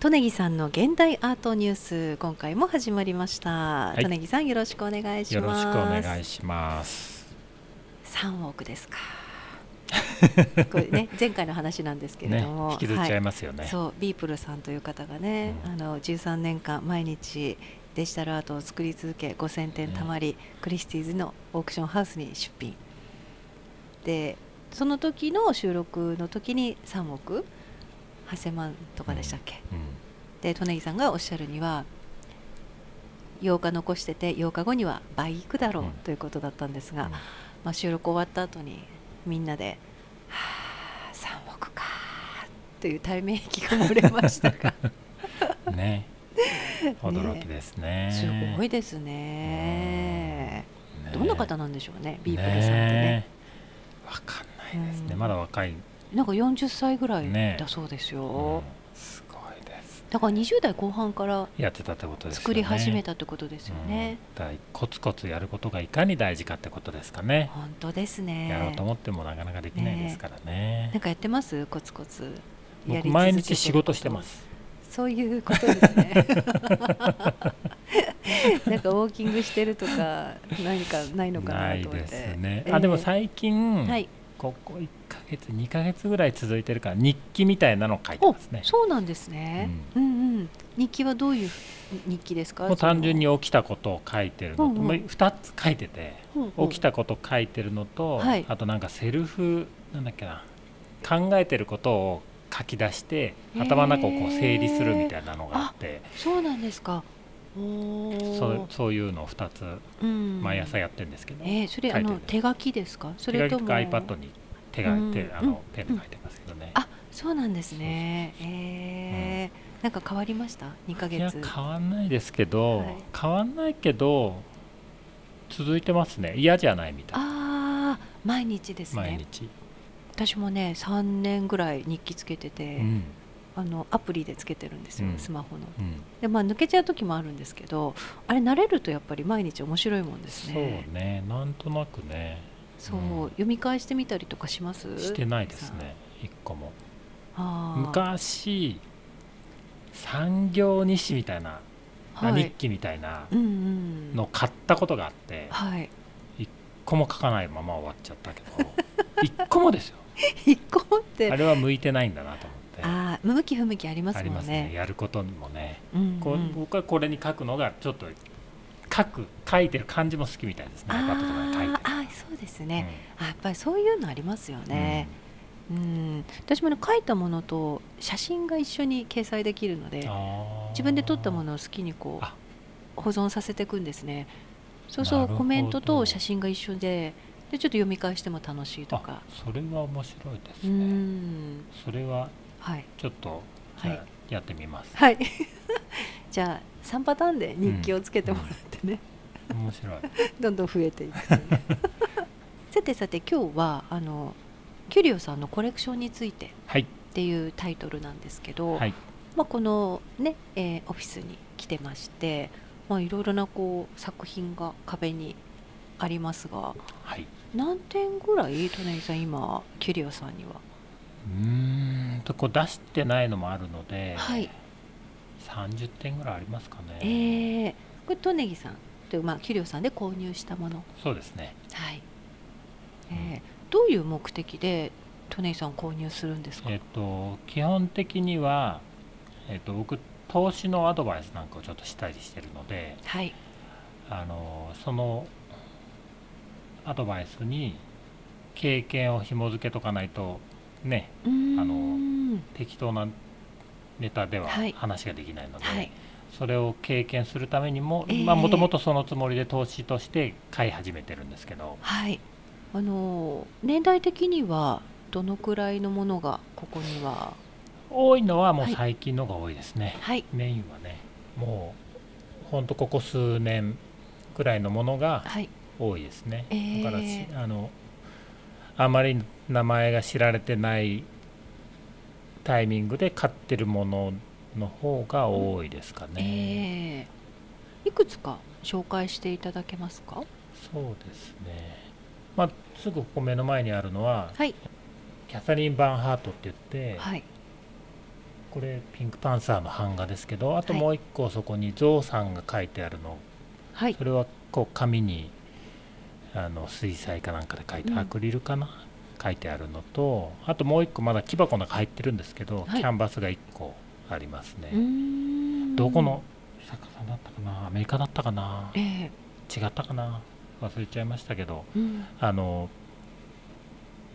トネギさんの現代アートニュース今回も始まりました、いトネギさんよろしくお願いしよろますしくお願いします。 3億です かこれね前回の話なんですけれねども、、引きずっちゃいますよね。はい、そうビープルさんという方がね、うんあの13年間毎日デジタルアートを作り続け5000点たまり、クリスティーズのオークションハウスに出品でその時の収録の時に3億8000万とかでしたっけ、うんで利根木さんがおっしゃるには8日残してて8日後には倍いくだろううんということだったんですが、うんまあ、収録終わった後にみんなで「はあ3億か」という対面駅が漏れま したがね、驚きですね。すごいですね。ねどんな方なんでしょうね、ビープルさんってね。。わかんないですうね。んまだ若い。なんか40歳ぐらいねだそうですうんよ。すごいです。だから20代後半からやってたってことですよね。作り始めたってことですよね。うん。だいコツコツやることがいかに大事かってことですかね。本当ですね。やろうと思ってもなかなかできないですからねなん。かやってますコツコツやり続けてる僕こと毎日仕事してます。そういうことです ねなんかウォーキングしてるとか何かないのかなないと思っでてすね。ええあでも最近。はいここ1ヶ月2ヶ月ぐらい続いてるから日記みたいなの書いておますねそうなんですね、うん、うん日記はどういう日記ですかもう単純に起起きたことを書いてるのと、うんうんもう2つ書いてて起きたこと書いてるのと、はいあとなんかセルフなんだっけな考えてることを書き出してへー頭の中をこう整理するみたいなのがあって、そうなんですかおーそうそういうのを2つうん毎朝やってるんですけど、えーそれあ書いてのる手書きですかそ手書れきととかも iPad に手が、うん手あうんのペンで書いてますけどね、あそうなんですねえーなんか変わりました2ヶいや月変わんないですけど、はい変わんないけど続いてますね嫌じゃないみたいああ毎日です毎ね日、私もね3年ぐらい日記つけてうて、んあのアプリでつけてるんですよ、うんスマホのうん、でまあ抜けちゃう時もあるんですけどあれ慣れるとやっぱり毎日面白いもんですそうねねなんとなくねそううん読み返してみたりとかしますしてないですね一個もあー昔産業日誌みたいな、は日い、記みたいなうんうんの買ったことがあって一はい 個も書かないまま終わっちゃったけど一個もですよ一個っあてれは向いてないんだなと思ってあー向き不向きありますありもまんすねねやることもねうんうんこう僕はこれに書くのがちょっと書く書いてる感じも好きみたいですね iPad とかで書いあーてあーそうですね、あやっぱりそういうのありますようんね、うん、私もね書いたものと写真が一緒に掲載できるのうんであー自分で撮ったものを好きにこあう保存させていくんですねそうそなうるほどコメントと写真が一緒ででちょっと読み返しても楽しいとかあそれは面白いですうねんそれははいちょっとはじいゃあやってみますはい じゃあ3パターンで日記をつけてもらって ね、面白いどんどん増えていくという ねさてさて今日はあのキュリオさんのコレクションについてはいっていうタイトルなんですけど、はいまあ、このね、えーオフィスに来てまして、まあ、いろいろなこう作品が壁にありますがはい何点ぐらい利根さん今キュリオさんにはうーんとこう出してないのもあるのではい30点ぐらいありますかえねー、これ利根さんという、まあ、キュリオさんで購入したもの、そうですねはいえーどういう目的で利根さん購入するんですか、えっと基本的にはえっと僕投資のアドバイスなんかをちょっとしたりしてるのではいあのそのアドバイスに経験を紐付けとかないとねうーんあ適当なネタでははい話ができないので、はいそれを経験するためにもええもともとそのつもりで投資として買い始めてるんですけどはいあのー年代的にはどのくらいのものがここには多いのはもうはい最近のが多いですね、はいメインはねもうほんとここ数年くらいのものがはい多いですね、えーだからしあのあまり名前が知られてないタイミングで買ってるものの方が多いですかね、ええいくつか紹介していただけますか。そうですね、まあ、すぐここ目の前にあるのははい、キャサリン・バンハートって言って、はい、これピンクパンサーの版画ですけどあともう一個そこにゾウさんが書いてあるの、はいそれはこう紙にあの水彩かなんかで書いて、うんアクリルかな書いてあるのとあともう一個まだ木箱の中入ってるんですけど、はいキャンバスが一個ありますね、うーんどこの作家だったかなアメリカだったかなええ違ったかな忘れちゃいましたけどうんあの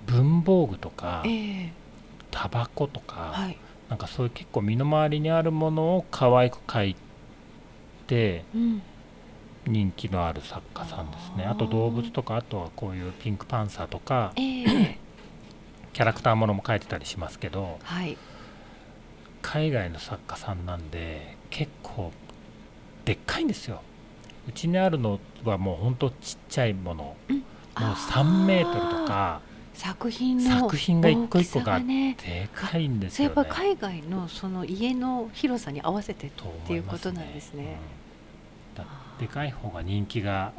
文房具とかええタバコとか、はいなんかそういう結構身の回りにあるものを可愛く描いてうん人気のある作家さんですねあーあと動物とかあとはこういうピンクパンサーとかえ えキャラクターものも描いてたりしますけどはい海外の作家さんなんで結構でっかいんですようちにあるのはもうほんとちっちゃいものもう3メートルとあかー作品の作品が一個一個大がきさねでかいんですそうよやっねぱ海外のその家の広さに合わせてと思っていうことなんですね。うんだでかい方が人気が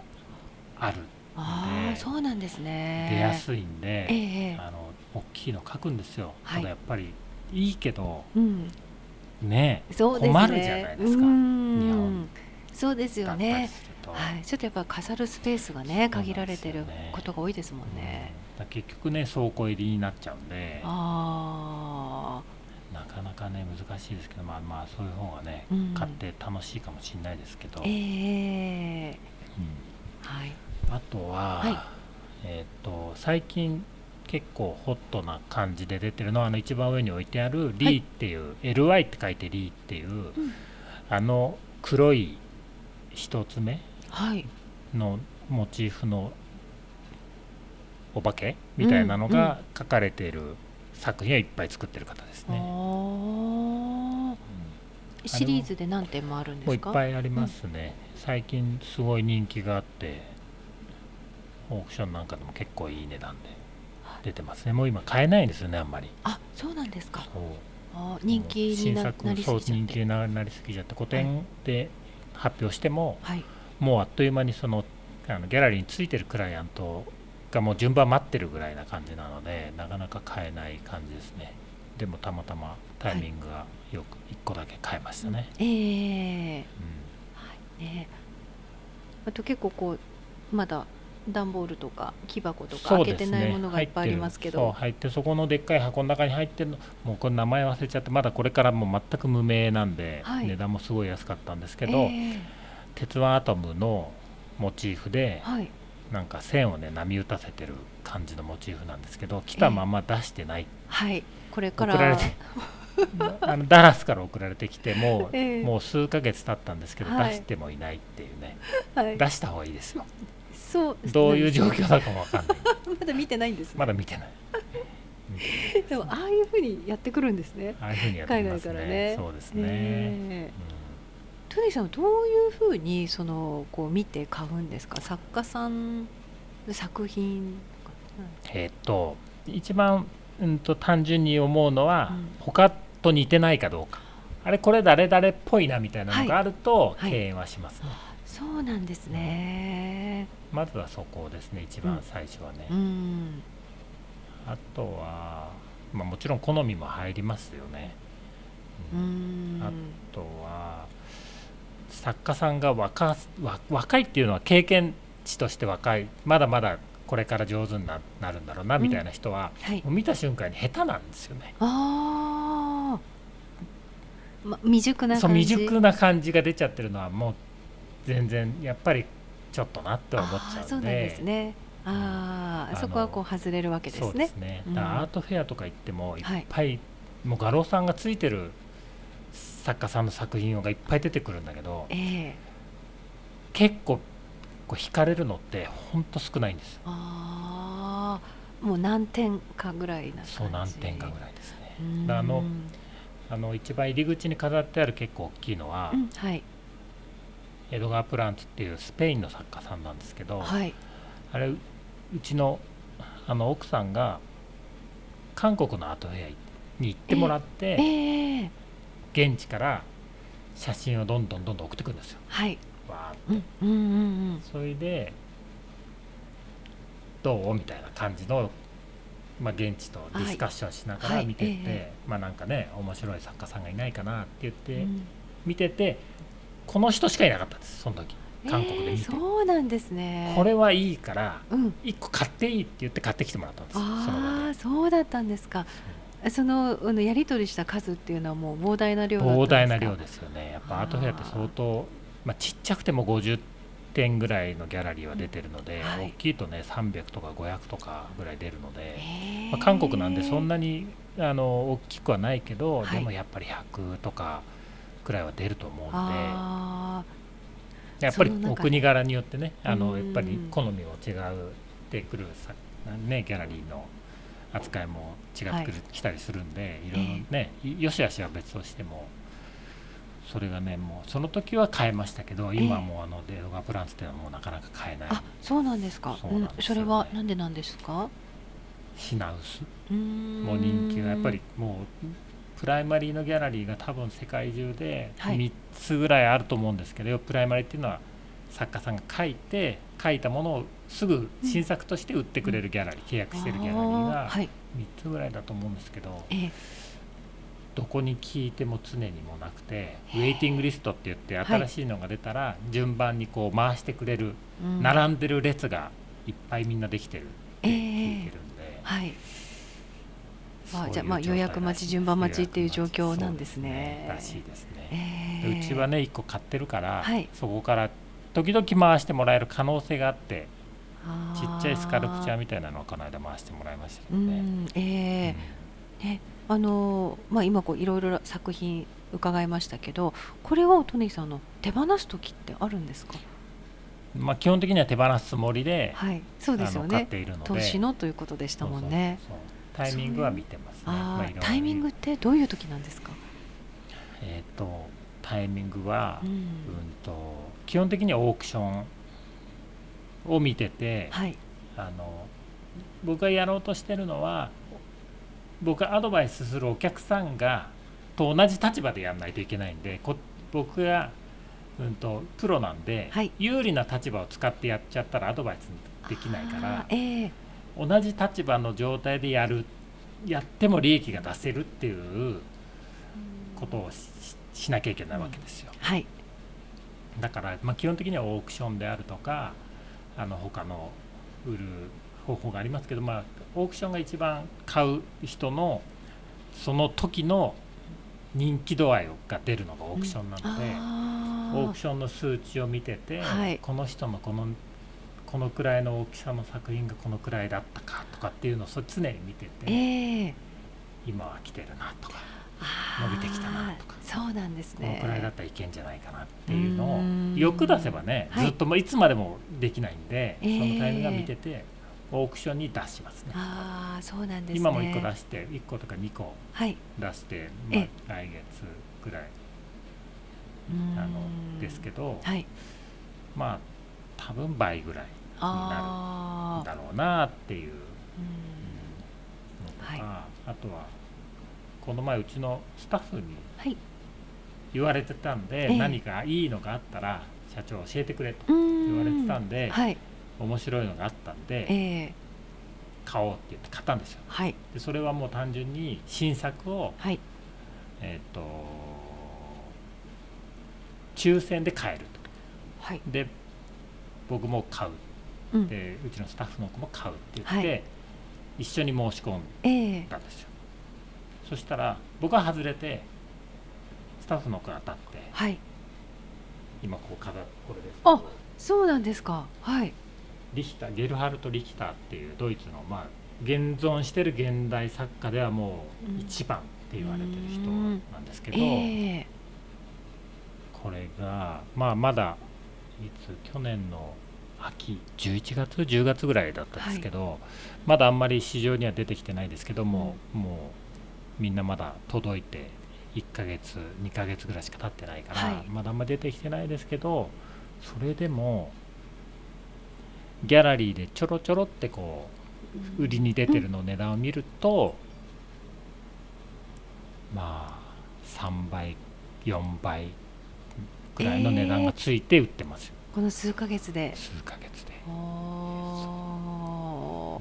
あるああでそうなんですね出やすいんで、ええあの大きいの書くんですよ、はいただやっぱりいいけどうんねそうですね困るじゃないですかうん日本そうですだよったりねすると、はいちょっとやっぱ飾るスペースがね限られてそうるなんですよねことが多いですもんうんねだ結局ね倉庫入りになっちゃうんであなかなかね難しいですけどまあまあそういう方がね、あうん買って楽しいかもしれないですけど、ええうんはいあとは、はいえっ、と最近結構ホットな感じで出てるのはあの一番上に置いてあるはリいーっていう、LY って書いてリーっていう、んあの黒い一つ目はいのモチーフのお化けみたいなのうが書かれている作品をいっぱい作ってる方ですあね。ーもシリーズで何点もあるんうんでもういすっかぱいありますね、最近すごい人気があってオークションなんかでも結構いい値段で出てますねもう今買えないんですよねあんまりあそうなんですかそうあー人気にななりすぎちそうゃっ人気てにななりすぎちゃって個展で発表しても、はいもうあっという間にそのあのギャラリーについてるクライアントがもう順番待ってるぐらいな感じなのでなかなか買えない感じですねでもたまたまタイミングがよく1個だけ買えましたね、ええうんはいね、あと結構こうまだ段ボールとか木箱とかそ開うでけてすねないものがいっぱいありますけど、入ってるそう入ってそこのでっかい箱の中に入ってるのもうこれ名前忘れちゃってまだこれからもう全く無名なんで、はい値段もすごい安かったんですけど、ええ鉄腕アトムのモチーフではいなんか線をね波打たせてる感じのモチーフなんですけど来たまま出してない、はいこれか送らられて あのダラスから送られてきてもう、ええもう数ヶ月経ったんですけど、はい出してもいないっていうねはい出した方がいいです よそうどういう状なんです況だかもわかんないね まだ見てないんです、ねまだ見てないでもああいうふうにやってくるんですねああいうふうにやってま海外すからねねそうですね、ええトニーさんはどういうふうにそのこう見て買うんですか作家さんの作品とか、えーっと一番、うん、と単純に思うのは、うん他と似てないかどうかあれこれ誰々っぽいなみたいなのがあると、はい敬遠はしますね、そうなんですねまずはそこですね一番最初はね、うんあとは、まあ、もちろん好みも入りますよね、ううんんあとは作家さんが若すわ若いっていうのは経験値として若いまだまだこれから上手にななるんだろうなみたいな人は、はいもう見た瞬間に下手なんですよねああ、ま、未熟な感じそう未熟な感じが出ちゃってるのはもう全然やっぱりちょっとなって思っちゃうんあでーそうなんですねあうんあそこはこう外れるわけですそうねですねうんだからアートフェアとか行ってもいっはいぱい、もう画廊さんがついてる作家さんの作品がいっぱい出てくるんだけどええ結構こう惹かれるのってほんと少ないんですよああもう何点かぐらいな感じそう何点かぐらいですねうんだあのあの一番入り口に飾ってある結構大きいのは、うんはいエドガー・プランツっていうスペインの作家さんなんですけど、はいあれううちのあの奥さんが韓国のアートフェアに行ってもらってええ現地から写真をどんどんどんどん送ってくるんですよ。はいわうーっんうんうんてそれでどうみたいな感じのまあ、現地とディスカッションしながはらい見てて、ええまあなんかね面白い作家さんがいないかなって言って、うん見ててこの人しかいなかったんですその時韓国で見て、えーそうなんですねこれはいいからうん1個買っていいって言って買ってきてもらったんですその場あであそうだったんですかそのあのやり取りした数っていうのはもう膨大な量だったんですか膨大な量ですよねやっぱアートフェアって相当まあ、ちっちゃくても50点ぐらいのギャラリーは出てるので、うんはい大きいとね300とか500とかぐらい出るので、えーまあ、韓国なんでそんなにあの大きくはないけど、はいでもやっぱり100とかくらいは出ると思うんであやっぱりその中おで国柄によってねあのうんやっぱり好みも違ってくるさ、ね、ギャラリーの扱いも違ってくる、きたりするんでいろいろね、いよしあしは別としても。それがねもうその時は変えましたけど今はもうあのデロガプランツっていうのはもうなかなか変えないーあそうなんですかそうなんですよねん、それはなんでなんですか品薄うーんもう人気がやっぱりもうプライマリーのギャラリーが多分世界中ではい3つぐらいあると思うんですけど、プライマリーっていうのは作家さんが書いて書いたものをすぐ新作として売ってくれるギャラリー、契約してるギャラリーあがはい3つぐらいだと思うんですけどえーどこに聞いても常にもうなくてウへーェイティングリストって言ってい新しいのが出たら順番にこう回してくれる、うん並んでる列がいっぱいみんなできてるって聞いてるんで。はいそういうじゃあまあ状態予約待ち順番待ちっていう状況なんですね予約待ちそうですねらしいですね、えでーうちはね1個買ってるから、はいそこから時々回してもらえる可能性があってあちーっちゃいスカルプチャーみたいなのをこの間回してもらいましたけうどんね、うんえーねあのーまあ今こういろいろ作品伺いましたけどこれをトニーさんあの手放す時ってあるんですかまあ、基本的には手放すつもりで、はいそうですよあの買っねているので投資のということでしたもんねそうそうそうタイミングは見てますね、まああいーろんなタイミングってどういう時なんですか、えっ、とタイミングは、ううん、んと基本的にはオークションを見てて、はいあの僕がやろうとしてるのは僕がアドバイスするお客さんがと同じ立場でやらないといけないんでこ僕が、うん、とプロなんで、はい有利な立場を使ってやっちゃったらアドバイスできないからあーえー同じ立場の状態でやるやっても利益が出せるっていうことをししなきゃいけないわけですよ。はいだから、まあ、基本的にはオークションであるとかあの他の売る方法がありますけど、まあ、オークションが一番買う人のその時の人気度合いが出るのがオークションなので、あーオークションの数値を見てて、はいこの人のこのこのくらいの大きさの作品がこのくらいだったかとかっていうのをそう常に見てて、ええ今は来てるなとかあー伸びてきたなとかそうなんですこのねくらいだったらいけんじゃないかなっていうのうーんを欲出せばねはいずっとまあいつまでもできないんで、えーそのタイミングが見ててオークションに出しますねああそうなんですね今も1個出して1個とか2個はい出して、まあえ、来月ぐらいああのですけど、はいまあ多分倍ぐらいああだろうなっていうんうのとか、はいあとはこの前うちのスタッフにはい言われてたんで、ええ何かいいのがあったら社長教えてくれと言言われてたんで、はい面白いのがあったんで、ええ買おうって言って買ったんですよはいでそれはもう単純に新作をはいえっ、と抽選で買えるはいとで僕も買ううんでうちのスタッフの子も買うって言って、はい一緒に申し込んええだんですよそしたら僕は外れてスタッフの子が当たってはい今こう飾ってこれですけどあそうなんですかはいリヒターゲルハルト・リヒターっていうドイツの、まあ、現存してる現代作家ではもうんう一番って言われてる人なんですけど、ええこれが、まあ、まだいつ去年の秋11月10月ぐらいだったんですけど、まだあんまり市場には出てきてないですけども、もうみんなまだ届いて1ヶ月2ヶ月ぐらいしか経ってないから、はいまだあんまり出てきてないですけどそれでもギャラリーでちょろちょろってこう売りに出てるの値段を見ると、まあ3倍4倍ぐらいの値段がついて売ってますよ、この数ヶ月で数ヶ月でおー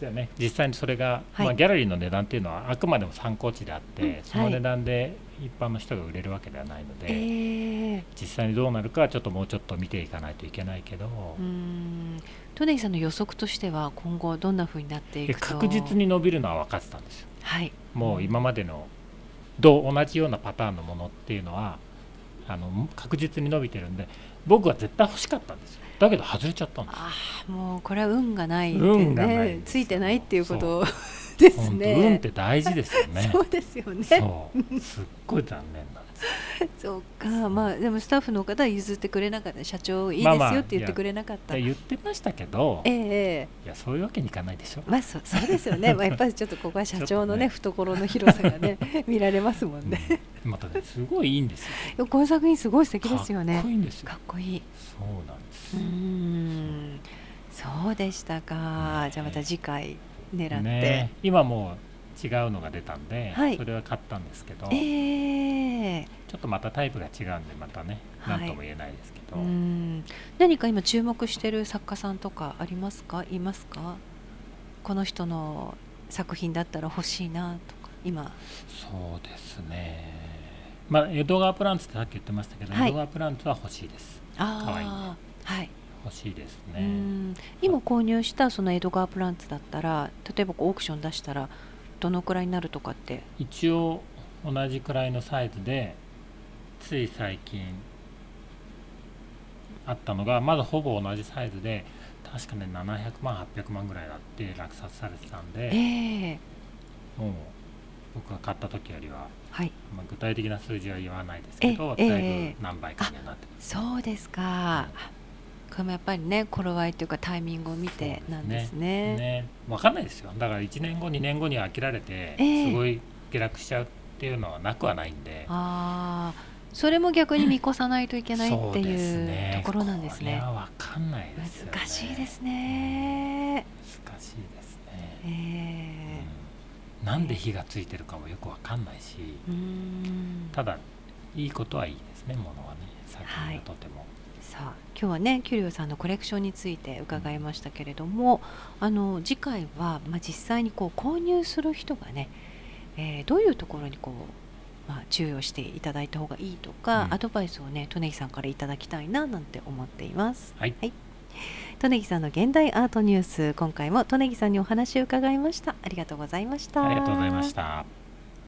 じゃあね実際にそれが、はいまあ、ギャラリーの値段っていうのはあくまでも参考値であって、うんそのはい値段で一般の人が売れるわけではないので、ええ実際にどうなるかはちょっともうちょっと見ていかないといけないけど、うーんトネギさんの予測としては今後どんな風になっていでくと確実に伸びるのは分かってたんですよはいもう今までのと同じようなパターンのものっていうのはあの確実に伸びてるんで僕は絶対欲しかったんですよだけど外れちゃったんですよああもうこれは運がないって運がないねですついてないっていうこと で本す当運っねて大事ですよねそうですよねそうすっごい残念なんですそうかまあでもスタッフの方は譲ってくれなかった社長いいまあでますあよって言ってくれなかった、で言ってましたけどええええいやそういうわけにいかないでしょまあそ そうですよね、まあ、やっぱりちょっとここは社長のねち懐の広さがね 見られますもんね、うんまたねすごいいいんですよでもこの作品すごい素敵ですよかねっこいいんですよかっこいいそうなんですうーんそうでしたか、ねじゃあまた次回狙って、ね今もう違うのが出たんで、はいそれは買ったんですけど、ええちょっとまたタイプが違うんでまたねはい何とも言えないですけうど、ん何か今注目してる作家さんとかありますかいますかこの人の作品だったら欲しいなとか今そうですねまあエドガー・プランツってさっき言ってましたけど、はいエドガー・プランツは欲しいです可愛いねああはい欲しいですうねん今購入したそのエドガー・プランツだったら例えばこうオークション出したらどのくらいになるとかって一応同じくらいのサイズでつい最近あったのがまだほぼ同じサイズで確かね700万800万ぐらいだって落札されてたんで、ええもう僕が買った時よりは、はいまあ、具体的な数字は言わないですけど、ええだえいえぶ何倍かにはなってます、そうですかこれもやっぱりね頃合いというかタイミングを見てなんですねね、分かんないですよだから1年後2年後には飽きられて、ええすごい下落しちゃうっていうのはなくはないんでああそれも逆に見越さないといけないっていうところなんですねこれは分かんないですよね難しいですね、難しいですえね、えうんなんで火がついてるかもよく分かんないしうーんただいいことはいいですねものはね作品がとても、さあ今日はねキュリオさんのコレクションについて伺いましたけれどもあの次回は、まあ、実際にこう購入する人がね、えーどういうところにこう、まあ、注意をしていただいた方がいいとか、うんアドバイスをねトネギさんからいただきたいななんて思っています。はいトネギさんの現代アートニュース今回もトネギさんにお話を伺いましたありがとうございましたありがとうございました。